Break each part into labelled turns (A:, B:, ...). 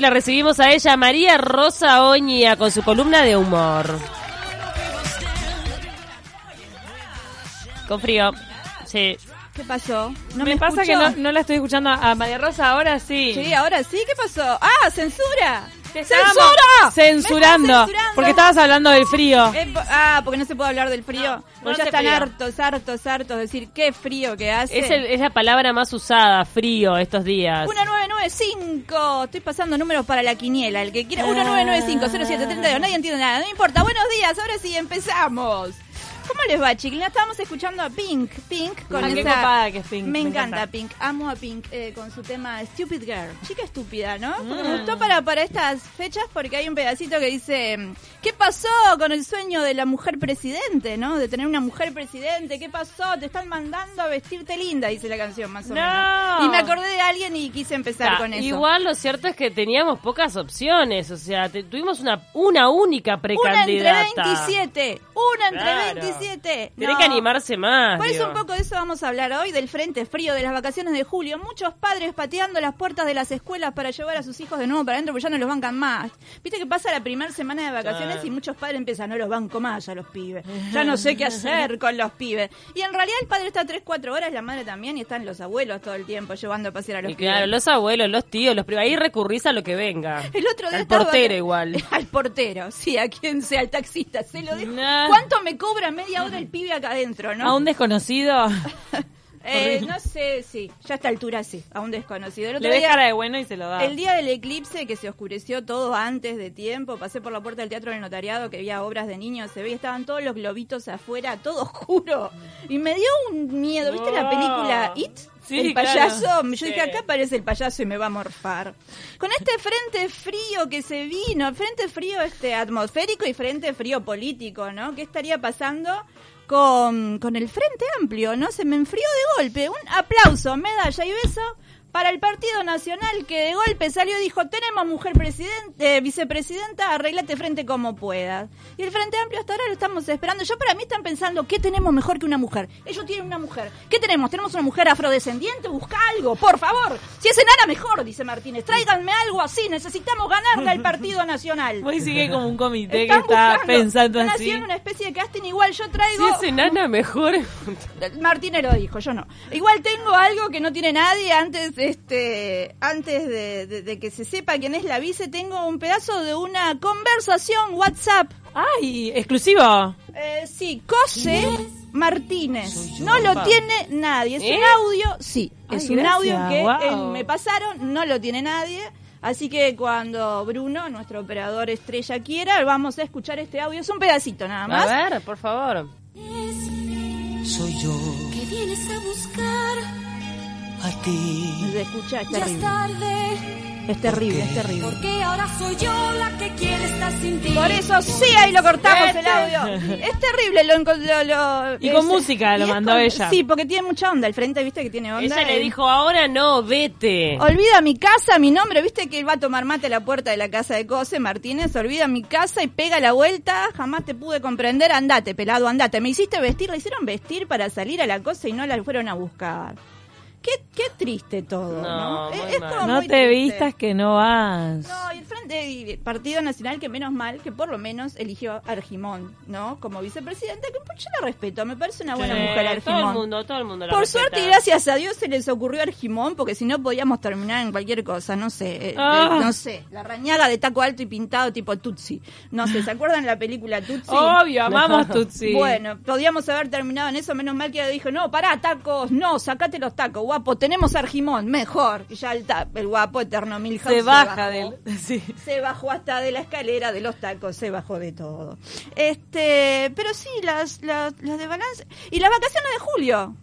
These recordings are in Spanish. A: La recibimos a ella, María Rosa Oña, con su columna de humor. Con frío. Sí.
B: ¿Qué pasó?
C: No me, pasa que
B: escuchó?
C: no, no la estoy escuchando a María Rosa ahora sí.
B: Sí, ahora sí, ¿qué pasó? ¡Ah, censura!
C: Te estábamos
B: ¡Censura! Me
C: Censurando,
B: estás censurando.
C: porque estabas hablando del frío.
B: Eh, po- ah, porque no se puede hablar del frío. porque
A: hace
B: ya están
A: frío.
B: hartos, hartos, hartos de decir qué frío que hace.
A: Es, el- es la palabra más usada, frío, estos días.
B: Una 1995. Estoy pasando números para la quiniela. El que quiera.
C: Ah.
B: 1995-0732. Nadie entiende nada. No importa. Buenos días. Ahora sí, empezamos. ¿Cómo les va, chiquilina? Estábamos escuchando a Pink. Pink con
C: Ah, qué
B: esa-
C: copada que es Pink,
B: Me,
C: me
B: encanta,
C: encanta.
B: Pink. Amo a Pink eh, con su tema Stupid Girl. Chica estúpida, ¿no?
C: Mm.
B: Porque Me gustó para, para estas fechas porque hay un pedacito que dice: ¿Qué pasó con el sueño de la mujer presidente, no? De tener una mujer presidente. ¿Qué pasó? Te están mandando a vestirte linda, dice la canción, más o
C: No.
B: menos. Y me acordé de alguien y quise empezar
A: Ta,
B: con eso.
A: Igual lo cierto es que teníamos pocas opciones, o sea, te- tuvimos una, una única
B: Una entre
A: precandidata.
B: 27. Una entre
A: Claro.
B: 27.
A: Tiene
B: No.
A: que animarse más.
B: Por eso
A: digo.
B: un poco de eso vamos a hablar hoy, del frente frío, de las vacaciones de julio. Muchos padres pateando las puertas de las escuelas para llevar a sus hijos de nuevo para adentro porque ya no los bancan más. Viste que pasa la primera semana de vacaciones
A: Claro.
B: y muchos padres empiezan, no los banco más a los pibes. Ya no sé qué hacer con los pibes. Y en realidad el padre está 3, 4 horas, la madre también, y están los abuelos todo el tiempo llevando a pasear a los
A: Y
B: pibes.
A: claro, los abuelos, los tíos, los primos, ahí recurrís a lo que venga.
B: El otro día
A: Al
B: estaba-
A: portero igual.
B: Al portero, sí, a quien sea, al taxista, se lo dejo.
C: Nah.
B: ¿Cuánto me cobra media hora el pibe acá adentro, no?
C: A un desconocido
B: Eh, no sé, sí, ya a esta altura sí, a un desconocido. El
C: le
B: otro
C: ves
B: día-
C: cara de bueno y se lo da.
B: el día del eclipse, que se oscureció todo antes de tiempo, pasé por la puerta del Teatro del Notariado, que había obras de niños, se veía, estaban todos los globitos afuera, todo oscuro. Y me dio un miedo, ¿viste la
A: Wow.
B: película It?
C: Sí,
B: el payaso,
C: claro.
B: yo dije,
A: Sí.
B: acá aparece el payaso y me va a morfar. Con este frente frío que se vino, frente frío este atmosférico y frente frío político, ¿no? ¿Qué estaría pasando con, con el frente amplio, ¿no? Se me enfrió de golpe. Un aplauso, medalla y beso para el Partido Nacional que de golpe salió y dijo, tenemos mujer presidente, eh, vicepresidenta, arreglate frente como puedas. Y el Frente Amplio hasta ahora lo estamos esperando. Yo para mí están pensando, ¿qué tenemos mejor que una mujer? Ellos tienen una mujer. ¿Qué tenemos? ¿Tenemos una mujer afrodescendiente? Busca algo, por favor. Si es enana, mejor, dice Martínez. Tráiganme algo así, necesitamos ganarle al Partido Nacional.
C: Vos sigue como un comité
B: Están
C: que está
B: buscando,
C: pensando
B: están
C: así.
B: haciendo una especie de casting igual. Yo traigo...
A: Si es enana, mejor.
B: Martínez lo dijo, yo no. Igual tengo algo que no tiene nadie antes, este, antes de, de- de que se sepa quién es la vice, tengo un pedazo de una conversación WhatsApp.
C: Ay, exclusivo.
B: Eh, sí, Cose Martínez. No lo tiene nadie. Es un
A: ¿Eh?
B: audio, sí,
C: Ay,
B: es un
C: gracias,
B: audio que
C: guau.
B: eh, me pasaron, no lo tiene nadie. Así que cuando Bruno, nuestro operador estrella, quiera, vamos a escuchar este audio. Es un pedacito nada más.
A: A ver, por favor.
D: soy yo
E: que vienes a buscar.
D: a ti.
B: Se escucha, es
E: Ya es
B: terrible.
E: tarde,
B: Es terrible, es terrible.
E: porque ahora soy yo la que quiere estar sin ti.
B: Por eso sí, ahí lo cortamos el
C: Este.
B: audio. Es terrible lo... enco- lo- lo-
C: Y con
B: es-
C: música lo
B: y es
C: mandó ella.
B: Sí, porque tiene mucha onda. El frente, viste que tiene onda.
A: Ella le
B: el-
A: dijo, ahora no, vete.
B: Olvida mi casa, mi nombre. Viste que él va a tomar mate a la puerta de la casa de Cose Martínez. Olvida mi casa y pega la vuelta. Jamás te pude comprender. Andate, pelado, andate. Me hiciste vestir, le hicieron vestir para salir a la cosa y no la fueron a buscar. Qué, qué triste todo,
A: No,
B: ¿no? Es-
A: muy
B: es
A: mal.
B: todo
C: No
B: muy
C: te
B: triste.
C: vistas que no vas.
B: No, y el Frente y el Partido Nacional, que menos mal, que por lo menos eligió a Argimón, ¿no? Como vicepresidenta, que pues, yo la respeto, me parece una buena
A: Sí,
B: mujer
A: Todo el
B: Argimón.
A: mundo, todo el mundo. la
B: Por
A: respeta.
B: suerte y gracias a Dios se les ocurrió a Argimón, porque si no podíamos terminar en cualquier cosa, no sé, eh, eh,
C: Ah.
B: no sé, la rañaga de taco alto y pintado tipo Tutsi. No sé, ¿se acuerdan la película Tutsi?
C: Obvio, amamos Tutsi.
B: Bueno, podíamos haber terminado en eso, menos mal que dijo, no, pará, tacos, no, sacate los tacos, guapo, tenemos a Argimón, mejor. Y ya el, ta- el guapo eterno Milhouse
C: se baja
B: bajó.
C: del. Sí.
B: Se bajó hasta de la escalera, de los tacos, se bajó de todo. Este, pero sí, las, las, las de balance. Y las vacaciones de julio.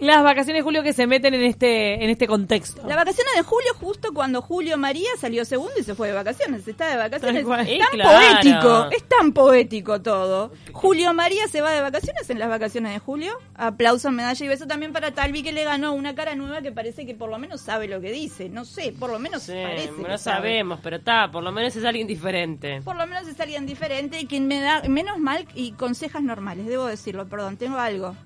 C: Las vacaciones de julio que se meten en este en este contexto.
B: Las vacaciones de julio, justo cuando Julio María salió segundo y se fue de vacaciones. Está de vacaciones.
C: Tal cual.
B: Es
A: Y
B: tan
A: claro.
B: poético, es tan poético todo. Julio María se va de vacaciones en las vacaciones de julio. Aplausos, medalla y beso también para Talvi que le ganó una cara nueva que parece que por lo menos sabe lo que dice. No sé, por lo menos
A: Sí,
B: parece. que
A: no
B: sabe.
A: sabemos, pero está, por lo menos es alguien diferente.
B: Por lo menos es alguien diferente y que me da menos mal y con cejas normales, debo decirlo, perdón, tengo algo.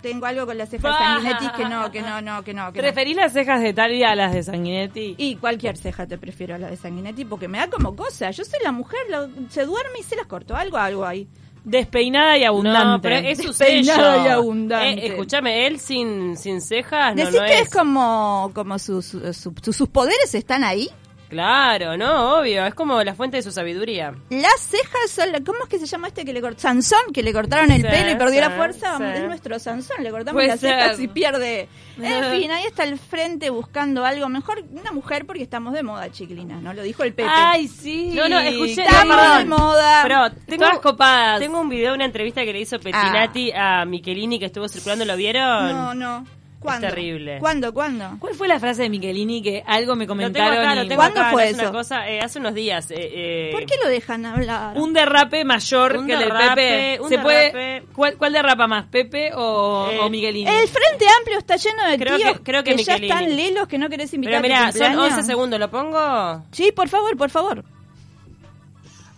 B: tengo algo con las cejas
C: Ah.
B: sanguinetis que no, que no, no, que no. Que no.
C: ¿Preferís las cejas de Talia a las de Sanguinetti?
B: Y cualquier ceja te prefiero a la de Sanguinetti porque me da como cosa. Yo soy la mujer, la- se duerme y se las cortó algo, algo ahí.
C: Despeinada y abundante.
A: No, pero es su
B: Despeinado
A: sello.
B: y abundante.
A: Eh, escúchame, él sin, sin cejas no,
B: Decís
A: no
B: que es,
A: es.
B: como, como sus- su- su- sus poderes están ahí.
A: Claro, no, obvio. Es como la fuente de su sabiduría.
B: Las cejas son la- ¿Cómo es que se llama este que le cortó? Sansón, que le cortaron el
A: Sí,
B: pelo y perdió
A: sí,
B: la fuerza.
A: sí.
B: Es nuestro Sansón, le cortamos
A: Puede
B: las cejas
A: ser.
B: y pierde. En fin, ahí está el frente buscando algo mejor. Una mujer porque estamos de moda, chiquilina, ¿no? Lo dijo el Pepe.
C: Ay, sí.
A: No, no, escuché.
B: Está
A: no,
B: muy
A: perdón.
B: de moda.
A: Pero tengo,
C: Todas
B: Ah.
C: copadas.
A: Tengo un video, una entrevista que le hizo Pettinati a Michelini que estuvo circulando. ¿Lo vieron?
B: No, no. ¿Cuándo?
A: terrible.
B: ¿Cuándo, cuándo?
C: ¿Cuál fue la frase de Michelini que algo me
A: Lo tengo
C: comentaron?
A: acá,
C: y-
A: lo tengo
B: ¿Cuándo
A: acá,
B: fue
A: es una
B: eso?
A: cosa, eh, hace unos días. eh, eh,
B: ¿Por qué lo dejan hablar?
C: Un derrape mayor
A: Un
C: que el del
A: derrape,
C: Pepe.
A: un
C: ¿Se puede,
A: derrape.
C: ¿cuál, cuál derrapa más, Pepe o,
A: Eh,
C: o Michelini?
B: El Frente Amplio está lleno de
A: Creo
B: tíos
A: que- creo que
B: ya
A: Michelini.
B: están lelos que no querés invitar
A: Pero
B: a tu
A: mira, son
B: cumpleaños.
A: 11 segundos, ¿lo pongo?
B: Sí, por favor, por favor.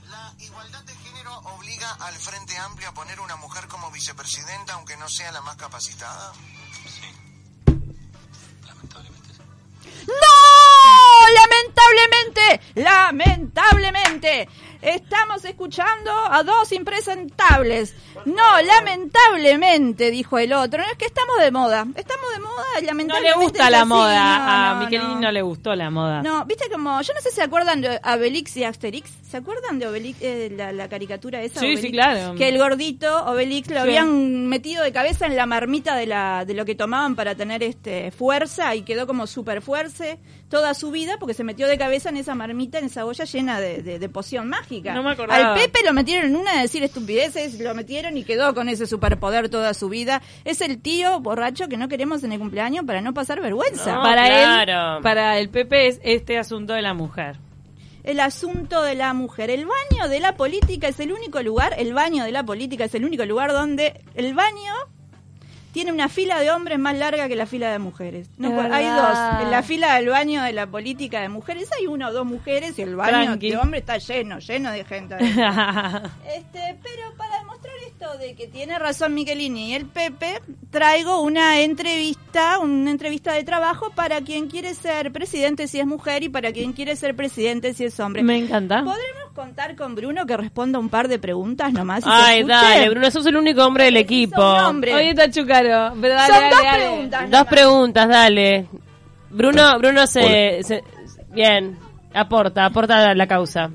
F: La igualdad de género obliga al Frente Amplio a poner una mujer como vicepresidenta, aunque no sea la más capacitada.
B: ¡No! Lamentablemente, lamentablemente, estamos escuchando a dos impresentables. No, lamentablemente, dijo el otro. No es que estamos de moda. Estamos de moda y
C: no
B: lamentablemente.
C: le gusta
B: es
C: la
B: así.
C: moda.
B: No,
C: a
B: no,
C: Michelini no.
B: no.
C: le gustó la moda.
B: No, viste como, yo no sé si se acuerdan de Obelix y Asterix. ¿Se acuerdan de Obelix, eh, la, la caricatura esa?
C: Sí,
B: Obelix?
C: sí, claro.
B: Que el gordito Obelix lo
C: Sí.
B: habían metido de cabeza en la marmita de, la, de lo que tomaban para tener este fuerza y quedó como super fuerza toda su vida porque se metió de cabeza en esa marmita, en esa olla llena de, de- de poción mágica.
C: No me acordaba.
B: Al Pepe lo metieron en una de decir estupideces, lo metieron y quedó con ese superpoder toda su vida. Es el tío borracho que no queremos en el cumpleaños para no pasar vergüenza.
A: No,
C: para
A: claro.
C: él, para el Pepe es este asunto de la mujer.
B: el asunto de la mujer. El baño de la política es el único lugar, el baño de la política es el único lugar donde el baño tiene una fila de hombres más larga que la fila de mujeres. No,
C: Es
B: cu- hay
C: verdad.
B: dos. En la fila del baño de la política de mujeres hay una o dos mujeres y el baño
C: Tranqui.
B: de hombres está lleno, lleno de gente. adentro. Este, pero para demostrar esto de que tiene razón Michelini y el Pepe, traigo una entrevista, una entrevista de trabajo para quien quiere ser presidente si es mujer y para quien quiere ser presidente si es hombre.
C: Me encanta.
B: ¿Podremos contar con Bruno que responda un par de preguntas nomás? y se
A: Ay,
B: escuche?
A: dale, Bruno, sos el único hombre del
B: Preciso
A: equipo.
B: un hombre.
C: Hoy está Chucaro. pero dale,
B: Son
C: dale,
B: dos
C: dale.
B: preguntas.
A: Dos
B: nomás.
A: preguntas, dale. Bruno, Bruno se, se- bien, aporta, aporta a la causa.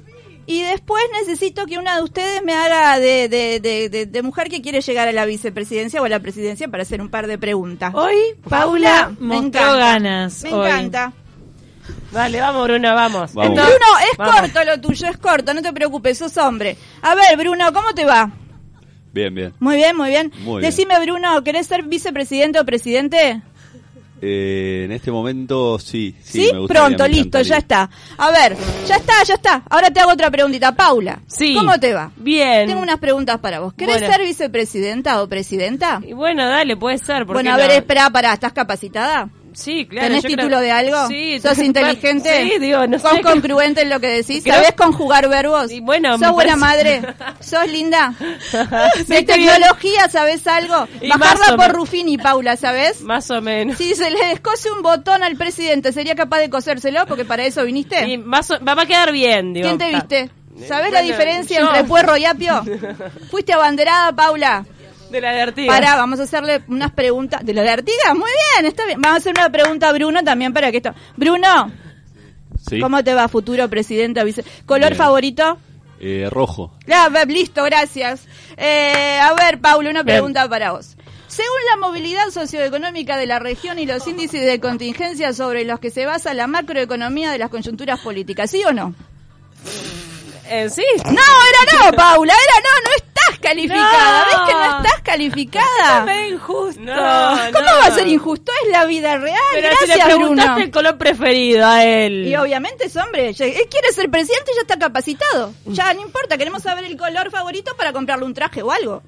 B: Y después necesito que una de ustedes me haga de, de, de, de- de mujer que quiere llegar a la vicepresidencia o a la presidencia para hacer un par de preguntas.
C: Hoy Paula mostró ganas.
B: Me
C: hoy.
B: encanta.
A: Dale, vamos Bruno, vamos.
G: Vamos.
A: Entonces,
B: Bruno, es
A: Vamos.
B: corto lo tuyo, es corto, no te preocupes, sos hombre. A ver, Bruno, ¿cómo te va?
G: Bien, bien.
B: Muy bien, muy bien.
G: Muy bien.
B: Decime, Bruno, ¿querés ser vicepresidente o presidente?
G: Eh, en este momento sí. Sí,
B: Sí,
G: me gustaría,
B: pronto,
G: me
B: listo,
G: encantaría.
B: ya está. A ver, ya está, ya está. Ahora te hago otra preguntita. Paula,
A: Sí.
B: ¿cómo te va?
A: Bien.
B: Tengo unas preguntas para vos. ¿Querés
A: Bueno.
B: ser vicepresidenta o presidenta?
A: Y bueno, dale, puede ser. ¿por
B: Bueno,
A: qué
B: a ver,
A: no?
B: espera, pará, ¿estás capacitada?
A: Sí, claro.
B: ¿Tenés
A: yo
B: título
A: creo-
B: de algo?
A: Sí.
B: ¿Sos inteligente?
A: Sí, digo, no
B: ¿Sos
A: sé.
B: congruente en lo que decís?
A: Creo-
B: ¿Sabés conjugar verbos?
A: Y bueno, me
B: ¿Sos buena
A: parece-
B: madre? ¿Sos linda? ¿De
A: Viste bien.
B: tecnología sabés algo?
A: Y más
B: Bajarla
A: o
B: por
A: menos.
B: Rufini, Paula, ¿sabés?
A: Más o menos.
B: Si se le descose un botón al presidente, ¿sería capaz de cosérselo? Porque para eso viniste.
A: Y más o- va va a quedar bien, digo.
B: ¿Quién te
A: Ta-
B: viste? ¿Sabés la
A: bueno,
B: diferencia
A: yo.
B: entre puerro y apio? ¿Fuiste abanderada, Paula?
A: De la de Artigas.
B: Pará, vamos a hacerle unas preguntas. ¿De lo de Artigas? Muy bien, está bien. Vamos a hacer una pregunta a Bruno también para que esto. Bruno,
G: Sí.
B: ¿cómo te va, futuro presidente? o vice- ¿Color
G: Bien.
B: favorito?
G: Eh, rojo.
B: Ya, va, listo, gracias. Eh, a ver, Paulo, una
A: Bien.
B: pregunta para vos. Según la movilidad socioeconómica de la región y los índices de contingencia sobre los que se basa la macroeconomía de las coyunturas políticas, ¿sí o no?
A: Eh, sí.
B: No, era no, Paula, era no, no estás calificada.
C: No.
B: ¿Ves que no estás calificada?
C: Qué injusto.
A: No,
B: ¿Cómo
A: no.
B: va a ser injusto? Es la vida real.
A: Pero si le
B: Gracias,
A: preguntaste
B: Bruno.
A: el color preferido a él.
B: Y obviamente es hombre. ya- Él quiere ser presidente y ya está capacitado.
A: Mm.
B: Ya no importa, queremos saber el color favorito para comprarle un traje o algo.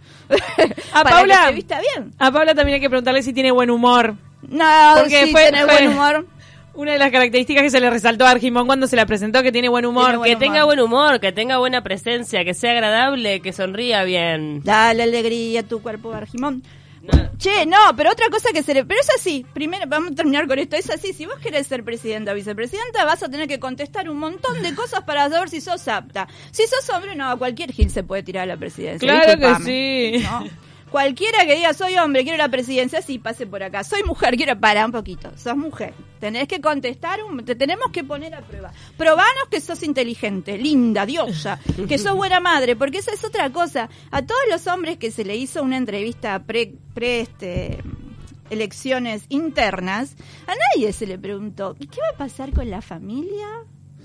C: A
B: Para
C: Paula.
B: Que se vista bien.
C: A Paula también hay que preguntarle si tiene buen humor.
B: No,
C: Porque
B: sí,
C: fue-
B: tener
C: fue-
B: buen humor.
C: Una de las características que se le resaltó a Argimón cuando se la presentó que tiene buen humor.
B: Tiene
A: que
B: buen
A: tenga
B: humor.
A: buen humor, que tenga buena presencia, que sea agradable, que sonría bien.
B: Dale alegría a tu cuerpo, Barjimón.
A: No.
B: Che, no, pero otra cosa que se le... Pero es así, primero vamos a terminar con esto, es así, si vos querés ser presidenta o vicepresidenta vas a tener que contestar un montón de cosas para saber si sos apta. Si sos hombre, no, a cualquier gil se puede tirar a la presidencia.
C: Claro que
B: disculpame,
C: sí.
B: ¿no? Cualquiera que diga soy hombre, quiero la presidencia, sí, pase por acá. Soy mujer, quiero parar un poquito. Sos mujer. Tenés que contestar, un- te tenemos que poner a prueba. Probanos que sos inteligente, linda, diosa, que sos buena madre, porque esa es otra cosa. A todos los hombres que se le hizo una entrevista pre, pre este, elecciones internas, a nadie se le preguntó, ¿y qué va a pasar con la familia?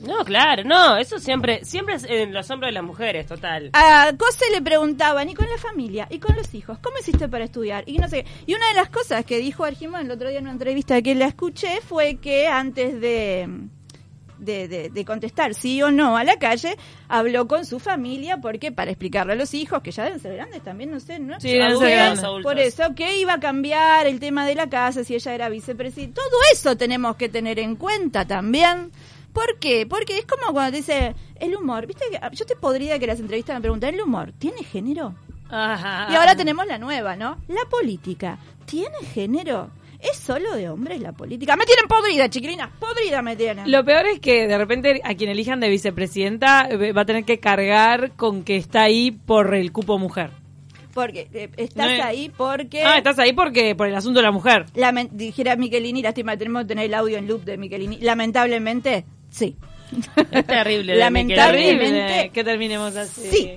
A: No, claro, no, eso siempre, siempre es en los hombros de las mujeres, total.
C: Ah,
B: A Cose le preguntaban, ¿y con la familia? ¿Y con los hijos? ¿Cómo hiciste para estudiar? Y no sé qué. Y una de las cosas que dijo Argimón el otro día en una entrevista que la escuché fue que antes de, de, de- de contestar sí o no a la calle, habló con su familia porque para explicarle a los hijos, que ya deben ser grandes también, no sé, ¿no?
C: Sí, deben
A: ser
B: Que-
A: grandes, adultos.
B: Por eso, que iba a cambiar el tema de la casa si ella era vicepresidenta. Todo eso tenemos que tener en cuenta también. ¿Por qué? Porque es como cuando te dice el humor. Viste que ah, yo te podría que las entrevistas me preguntan, ¿el humor tiene género?
A: Ajá.
B: Y ahora tenemos la nueva, ¿no? La política. ¿Tiene género? ¿Es solo de hombres la política? Me tienen podrida, chiquilinas. Podrida me tienen.
C: Lo peor es que de repente a quien elijan de vicepresidenta eh, va a tener que cargar con que está ahí por el cupo mujer.
B: Porque eh, estás
C: No es-
B: ahí porque...
C: Ah, estás ahí porque por el asunto de la mujer.
B: Lamen- dijera Michelini, lástima, tenemos que tener el audio en loop de Michelini. Lamentablemente, sí.
A: Es terrible. de
B: Lamentable.
A: Miquel.
C: Terrible
B: Obviamente.
C: eh, que terminemos así.
B: Sí,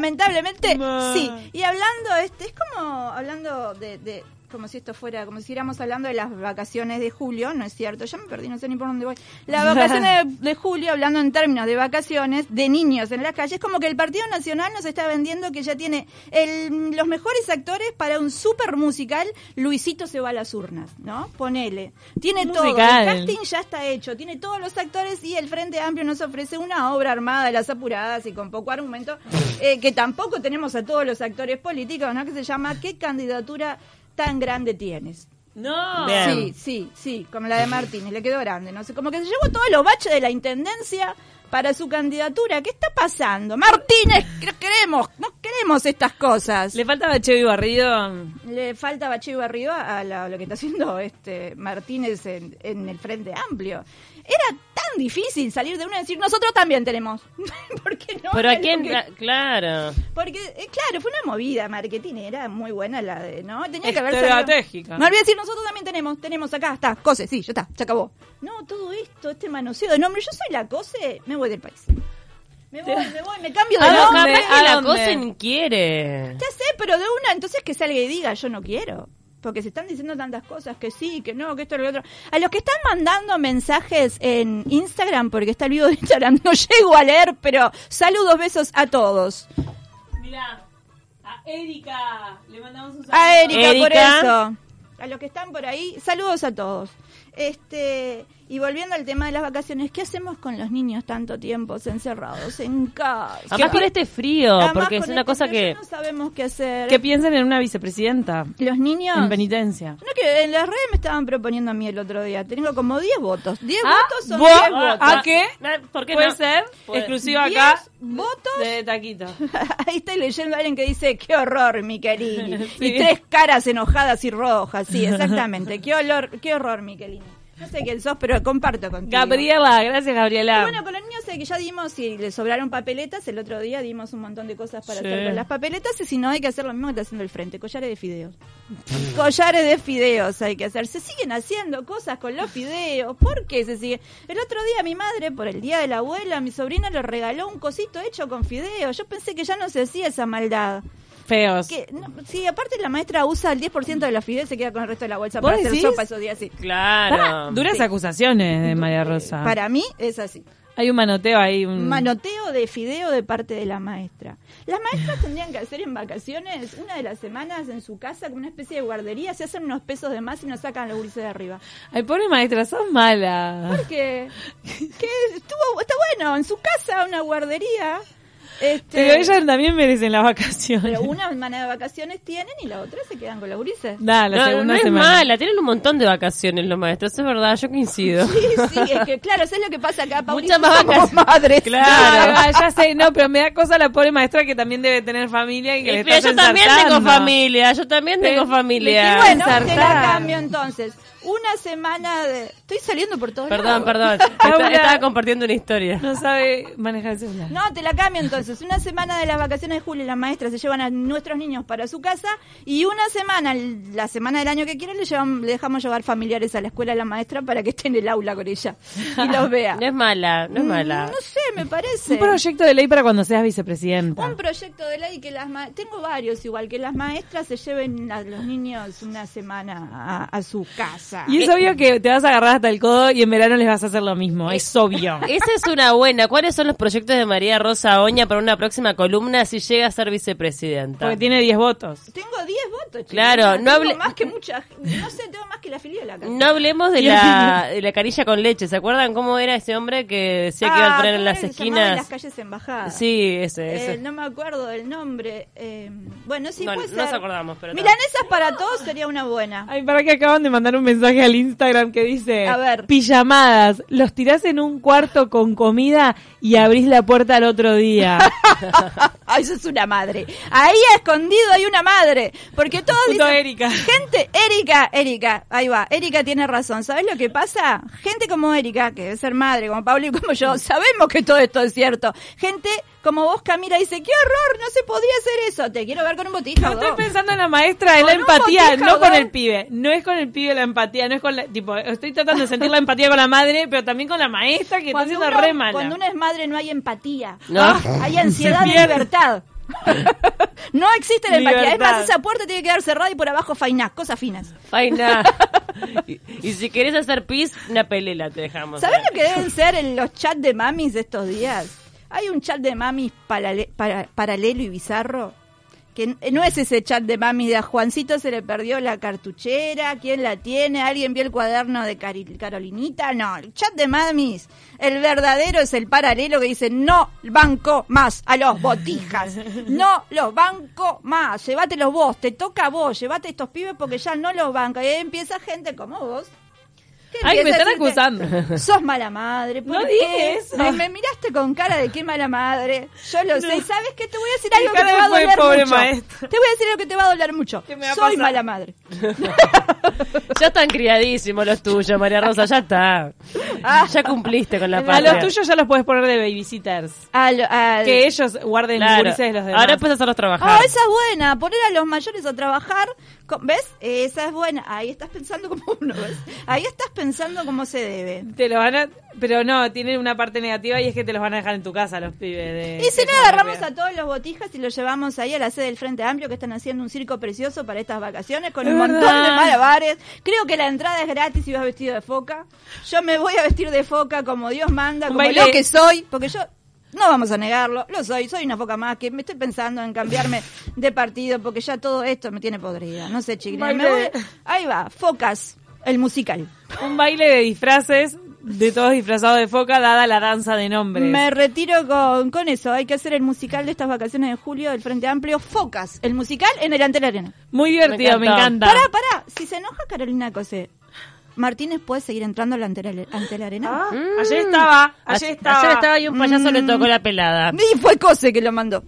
B: lamentablemente
C: Ma.
B: sí. Y hablando, este, es como hablando de, de- como si esto fuera, como si estuviéramos hablando de las vacaciones de julio, no es cierto, ya me perdí, no sé ni por dónde voy. Las vacaciones de, de julio, hablando en términos de vacaciones, de niños en las calles, como que el Partido Nacional nos está vendiendo que ya tiene el- los mejores actores para un super musical, Luisito se va a las urnas, ¿no? Ponele. Tiene
C: Musical.
B: todo, el casting ya está hecho, tiene todos los actores y el Frente Amplio nos ofrece una obra armada de las apuradas y con poco argumento, eh, que tampoco tenemos a todos los actores políticos, ¿no? Que se llama ¿Qué candidatura tan grande tienes?
C: No.
A: Bien.
B: Sí, sí, sí, como la de Martínez, le quedó grande, no sé, como que se llevó todos los baches de la Intendencia para su candidatura. ¿Qué está pasando? Martínez, no queremos, no queremos estas cosas.
C: Le falta bacheo y barrido.
B: Le falta Bache y Barrido a la- lo que está haciendo este Martínez en, en el Frente Amplio. Era tan difícil salir de una y decir, nosotros también tenemos. ¿Por qué no?
A: Pero a
B: Era
A: quién,
B: lo que-
A: ah, claro.
B: Porque, eh, claro, fue una movida marketing, era muy buena la de, ¿no? Tenía que haber
C: Estratégica.
B: salido- Me olvidé decir, nosotros también tenemos, tenemos acá, está, COSE, sí, ya está, se acabó. No, todo esto, este manoseo de nombre, yo soy la COSE, me voy del país. Me voy, me voy, me cambio de
A: Ah, no,
B: nombre.
A: capaz
C: ¿A
A: que la
C: dónde?
A: cosen quiere.
B: Ya sé, pero de una, entonces que salga y diga, yo no quiero. Porque se están diciendo tantas cosas, que sí, que no, que esto, lo otro. A los que están mandando mensajes en Instagram, porque está el vivo de Instagram, no llego a leer, pero saludos, besos a todos.
C: Mirá, a Erika le mandamos un
B: A Erika, por
A: Erika.
B: eso. A los que están por ahí, saludos a todos. Este, y volviendo al tema de las vacaciones, ¿qué hacemos con los niños tanto tiempo encerrados en casa?
A: Además con este frío,
B: Además,
A: porque es
B: con
A: una
B: este
A: cosa
B: frío
A: que...
B: ya no sabemos qué hacer.
C: ¿Qué piensan en una vicepresidenta?
B: los niños
C: En penitencia.
B: No, que en las redes me estaban proponiendo a mí el otro día. Tengo como 10 votos. 10
C: Ah,
B: votos son
C: vo-
B: 10
C: ah,
B: votos.
C: ah, qué?
A: Ah, ¿Por qué
C: Puede
A: no?
C: ser
A: Puede.
C: exclusiva acá.
B: Diez votos.
C: De Taquito.
B: Ahí estoy leyendo a alguien que dice, qué horror, Miquelini.
C: Sí.
B: Y tres caras enojadas y rojas. Sí, exactamente. qué, olor, qué horror, Miquelini. No sé quién sos, pero comparto contigo.
C: Gabriela, gracias
B: Y
C: Gabriela.
B: Bueno, con los niños eh, que ya dimos, si le sobraron papeletas, el otro día dimos un montón de cosas para
C: Sí.
B: hacer con las papeletas, y si no, hay que hacer lo mismo que está haciendo el frente, collares de fideos. collares de fideos hay que hacer. Se siguen haciendo cosas con los fideos, ¿por qué se sigue? El otro día mi madre, por el día de la abuela, mi sobrina le regaló un cosito hecho con fideos. Yo pensé que ya no se hacía esa maldad.
C: Feos.
B: Que, no, sí, aparte la maestra usa el 10% de los fideos y se queda con el resto de la bolsa
C: ¿Vos
B: para hacer
C: decís?
B: sopa esos días, sí.
A: Claro.
C: Pará, duras acusaciones de María Rosa.
B: Para mí es así.
C: Hay un manoteo ahí.
A: Mm.
C: Un...
B: manoteo de fideo de parte de la maestra. Las maestras tendrían que hacer en vacaciones, una de las semanas en su casa, como una especie de guardería, se hacen unos pesos de más y nos sacan los dulces de arriba.
C: Ay, pobre maestra, sos mala.
A: Ah,
B: Porque que estuvo, está bueno, en su casa, una guardería. Este,
C: Pero ellas también merecen las vacaciones.
B: pero una semana de vacaciones tienen y la otra se quedan con la gurisa.
C: Da, la
A: No, no,
C: segunda
A: es
C: semana.
A: mala, tienen un montón de vacaciones los maestros, eso es verdad, yo coincido.
B: Sí, sí, es que claro, eso es lo que pasa acá, Pauli.
A: Muchas más
B: somos
A: vacaciones.
B: madres.
C: Claro, ah, ya sé, no, pero me da cosa la pobre maestra que también debe tener familia y que le
A: Pero
C: estás
A: yo también
C: ensartando.
A: tengo familia, yo también tengo
C: Pero-
A: familia.
C: le quiero
B: Bueno, te la
C: Ensartar.
B: cambio entonces. Una semana de... Estoy saliendo por todos
A: Perdón,
B: lados.
A: perdón,
C: Laura.
A: Está- estaba compartiendo una historia.
C: No sabe manejar el celular.
B: No, te la cambio entonces. Una semana de las vacaciones de julio las maestras se llevan a nuestros niños para su casa y una semana, l- la semana del año que quieran, le, llevan- le dejamos llevar familiares a la escuela a la maestra para que esté en el aula con ella y los vea.
A: No es mala, no es mala.
B: Mm, No sé, me parece.
C: Un proyecto de ley para cuando seas vicepresidenta.
B: Un proyecto de ley que las ma- tengo varios igual que las maestras se lleven a los niños una semana a, a su casa.
C: Y es obvio que te vas a agarrar hasta el codo y en verano les vas a hacer lo mismo. Es obvio.
A: Esa es una buena. ¿Cuáles son los proyectos de María Rosa Oña para una próxima columna si llega a ser vicepresidenta?
C: Porque tiene 10 votos.
B: Tengo 10 votos.
A: Claro,
B: chiquilina.
A: no
B: Tengo
A: hable-
B: más que mucha, no sé, tengo más que la filiola. acá.
A: No hablemos de la, de la canilla con leche. ¿Se acuerdan cómo era ese hombre que decía que iba a
B: Ah,
A: poner en
B: ¿cómo
A: las
B: era que se llamaba en
A: esquinas?
B: las calles embajadas.
A: Sí, ese,
B: Eh,
A: ese.
B: no me acuerdo del nombre. eh, bueno, sí,
A: No,
B: puede
A: no
B: ser.
A: nos acordamos, pero no.
B: Milanesas para todos sería una buena.
C: Ay, para que acaban de mandar un mensaje al Instagram que dice:
B: A ver.
C: Pijamadas, los tirás en un cuarto con comida y abrís la puerta al otro día.
B: Ay, eso es una madre. Ahí escondido hay una madre. Porque todos
C: Puto
B: dicen.
C: Erika.
B: Gente, Erika, Erika, ahí va, Erika tiene razón. ¿Sabes lo que pasa? Gente como Erika, que debe ser madre, como Pablo y como
A: Mm.
B: yo, sabemos que todo esto es cierto. Gente como vos, Camila, dice: ¡Qué horror! No se podría hacer eso. Te quiero ver con un botijo.
C: No estoy
B: vos.
C: pensando en la maestra, en
B: Con
C: la
B: un
C: empatía,
B: botijo,
C: no con
B: ¿no?
C: el pibe. No es con el pibe la empatía, no es con la. Tipo, estoy tratando de sentir la empatía con la madre, pero también con la maestra que está
B: Cuando
C: haciendo
B: uno,
C: re mala.
B: cuando uno es madre no hay empatía.
A: No.
B: Ah, Hay ansiedad de
C: pierde.
B: libertad. no existe la empatía. Es
C: Libertad.
B: más, esa puerta tiene que quedar cerrada y por abajo fainás, cosas finas.
A: Faina. y, y si querés hacer pis, una pelela te dejamos. eh.
B: ¿Sabes lo que deben ser en los chats de mamis de estos días? Hay un chat de mamis palale- para- paralelo y bizarro. Que n- no es ese chat de mamis de a Juancito se le perdió la cartuchera, ¿quién la tiene? ¿Alguien vio el cuaderno de Cari- Carolinita? No, el chat de mamis. El verdadero es el paralelo que dice, no banco más a los botijas. No los banco más, llévatelos vos, te toca a vos, llévate a estos pibes porque ya no los banca. Y ahí empieza gente como vos. que
C: Ay, me
B: empieza a
C: están
B: decirte,
C: acusando.
B: Sos mala madre. ¿por
C: No
B: qué?
C: dije eso.
B: Me, me miraste con cara de qué mala madre. Yo lo sé. ¿Y sabes qué? Te voy a decir
C: Mi
B: algo que
C: cara
B: te va a
C: fue
B: doler
C: pobre
B: mucho.
C: maestra.
B: Te voy a decir algo que te va a doler mucho.
C: ¿Qué me va a
B: Soy
C: pasar?
B: mala madre.
A: Ya están criadísimos los tuyos, María Rosa, ya está.
B: Ah.
A: Ya cumpliste con la
C: A
A: parte.
C: los tuyos ya los puedes poner de babysitters.
B: Al- al-
C: Que ellos guarden
A: Claro.
C: los gurises de los demás.
A: Ahora pues- puedes hacerlos trabajar.
B: Ah, esa es buena. Poner a los mayores a trabajar. con- ¿Ves? Esa es buena. Ahí estás pensando como uno, ¿ves? Ahí estás pensando como se debe.
C: Te lo van a... Pero no, tienen una parte negativa y es que te los van a dejar en tu casa los pibes. De...
B: Y si
C: de
B: no,
C: forma
B: agarramos
C: rápida.
B: a todos los botijas y los llevamos ahí a la sede del Frente Amplio, que están haciendo un circo precioso para estas vacaciones, con
C: Es
B: un montón
C: verdad.
B: de malabares. Creo que la entrada es gratis si vas vestido de foca. Yo me voy a vestir de foca como Dios manda,
C: Un
B: como
C: baile-
B: lo que soy, porque yo... No vamos a negarlo, lo soy, soy una foca más que me estoy pensando en cambiarme de partido porque ya todo esto me tiene podrida. No sé, chiquilina, me
C: Baile-
B: voy- Ahí va, focas, el musical.
C: Un baile de disfraces, de todos disfrazados de foca, dada la danza de nombres.
B: Me retiro con, con eso. Hay que hacer el musical de estas vacaciones de julio del Frente Amplio. Focas. El musical en el Ante la Arena.
C: Muy divertido,
A: Me
C: me
A: encantó.
C: encanta.
B: Pará, pará. Si se enoja Carolina Cose, ¿Martínez puede seguir entrando al Ante la, ante la Arena?
C: Ah,
A: Mm.
C: Ayer estaba,
A: Ayer
C: ayer estaba. Mm.
A: ayer estaba y un payaso le tocó la pelada.
B: Ah. Y fue Cose que lo mandó.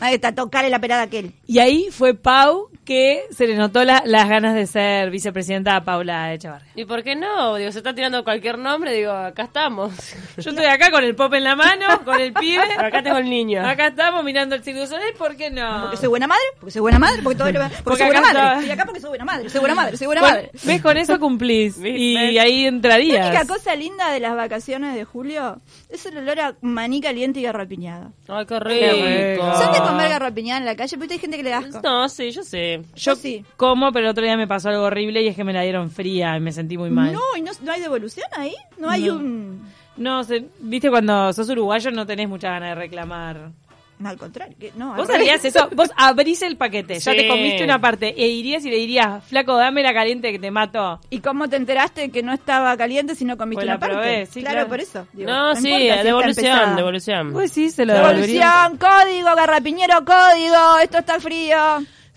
B: Ahí está, tocarle la pelada a aquel.
C: Y ahí fue Pau que se le notó la- las ganas de ser vicepresidenta a Paula Echevarría.
A: ¿Y por qué no? Digo, se está tirando cualquier nombre, digo, acá estamos.
C: Yo estoy acá con el pop en la mano, con el pibe.
A: Acá tengo el niño.
C: Acá estamos mirando el Cirque du Soleil, ¿por qué no?
B: Porque soy buena madre, porque soy buena madre, porque todo lo- porque,
C: Porque
B: soy buena
C: acá
B: madre.
C: estaba.
B: Estoy acá porque soy buena madre, soy buena madre, soy buena
C: Con-
B: madre.
C: ¿Ves? Con eso cumplís. y
A: ¿Ves?
C: ahí
B: La única
C: entrarías.
B: cosa linda de las vacaciones de julio es el olor a maní caliente y garrapiñada.
A: Ay, qué
C: Qué
A: rico.
C: rico.
B: Son de comer garrapiñada en la calle, pero hay gente que le da asco.
A: No, sí, Ah. yo sé.
B: Yo sí.
C: Como, pero el otro día me pasó algo horrible y es que me la dieron fría y me sentí muy mal.
B: No, ¿y no, no hay devolución ahí? ¿No hay un...?
C: No sé, viste, cuando sos uruguayo no tenés mucha ganas de reclamar.
B: No, al contrario. que- no, al
C: Vos
B: revés.
C: harías eso, vos abrís el paquete, ya
A: Sí.
C: te comiste una parte, e irías y le dirías, flaco, dame la caliente que te mato.
B: ¿Y cómo te enteraste que no estaba caliente si no comiste
C: Pues la
B: una parte?
C: probé, sí, claro.
B: por eso. digo,
A: no, sí,
B: importa si está
A: devolución,
B: empezada.
A: devolución.
C: Pues sí, se lo devolvería.
B: Devolución, código, garrapiñero, código, esto está frío.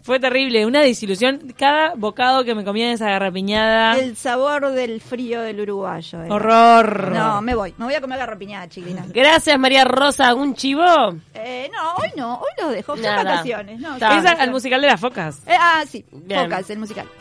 C: Fue terrible, una desilusión. Cada bocado que me comía de esa garrapiñada,
B: El sabor del frío del uruguayo. era.
C: Ah. horror.
B: No, me voy, me voy a comer garrapiñada, chiquilina.
A: Gracias, María Rosa. ¿Un chivo?
B: Eh, no, hoy no, hoy los dejo, son
A: Nada.
B: vacaciones. No,
A: Está.
B: son
C: Esa al
B: vacaciones.
C: musical de las focas.
B: Eh, ah, sí,
A: Bien.
B: Focas, el musical.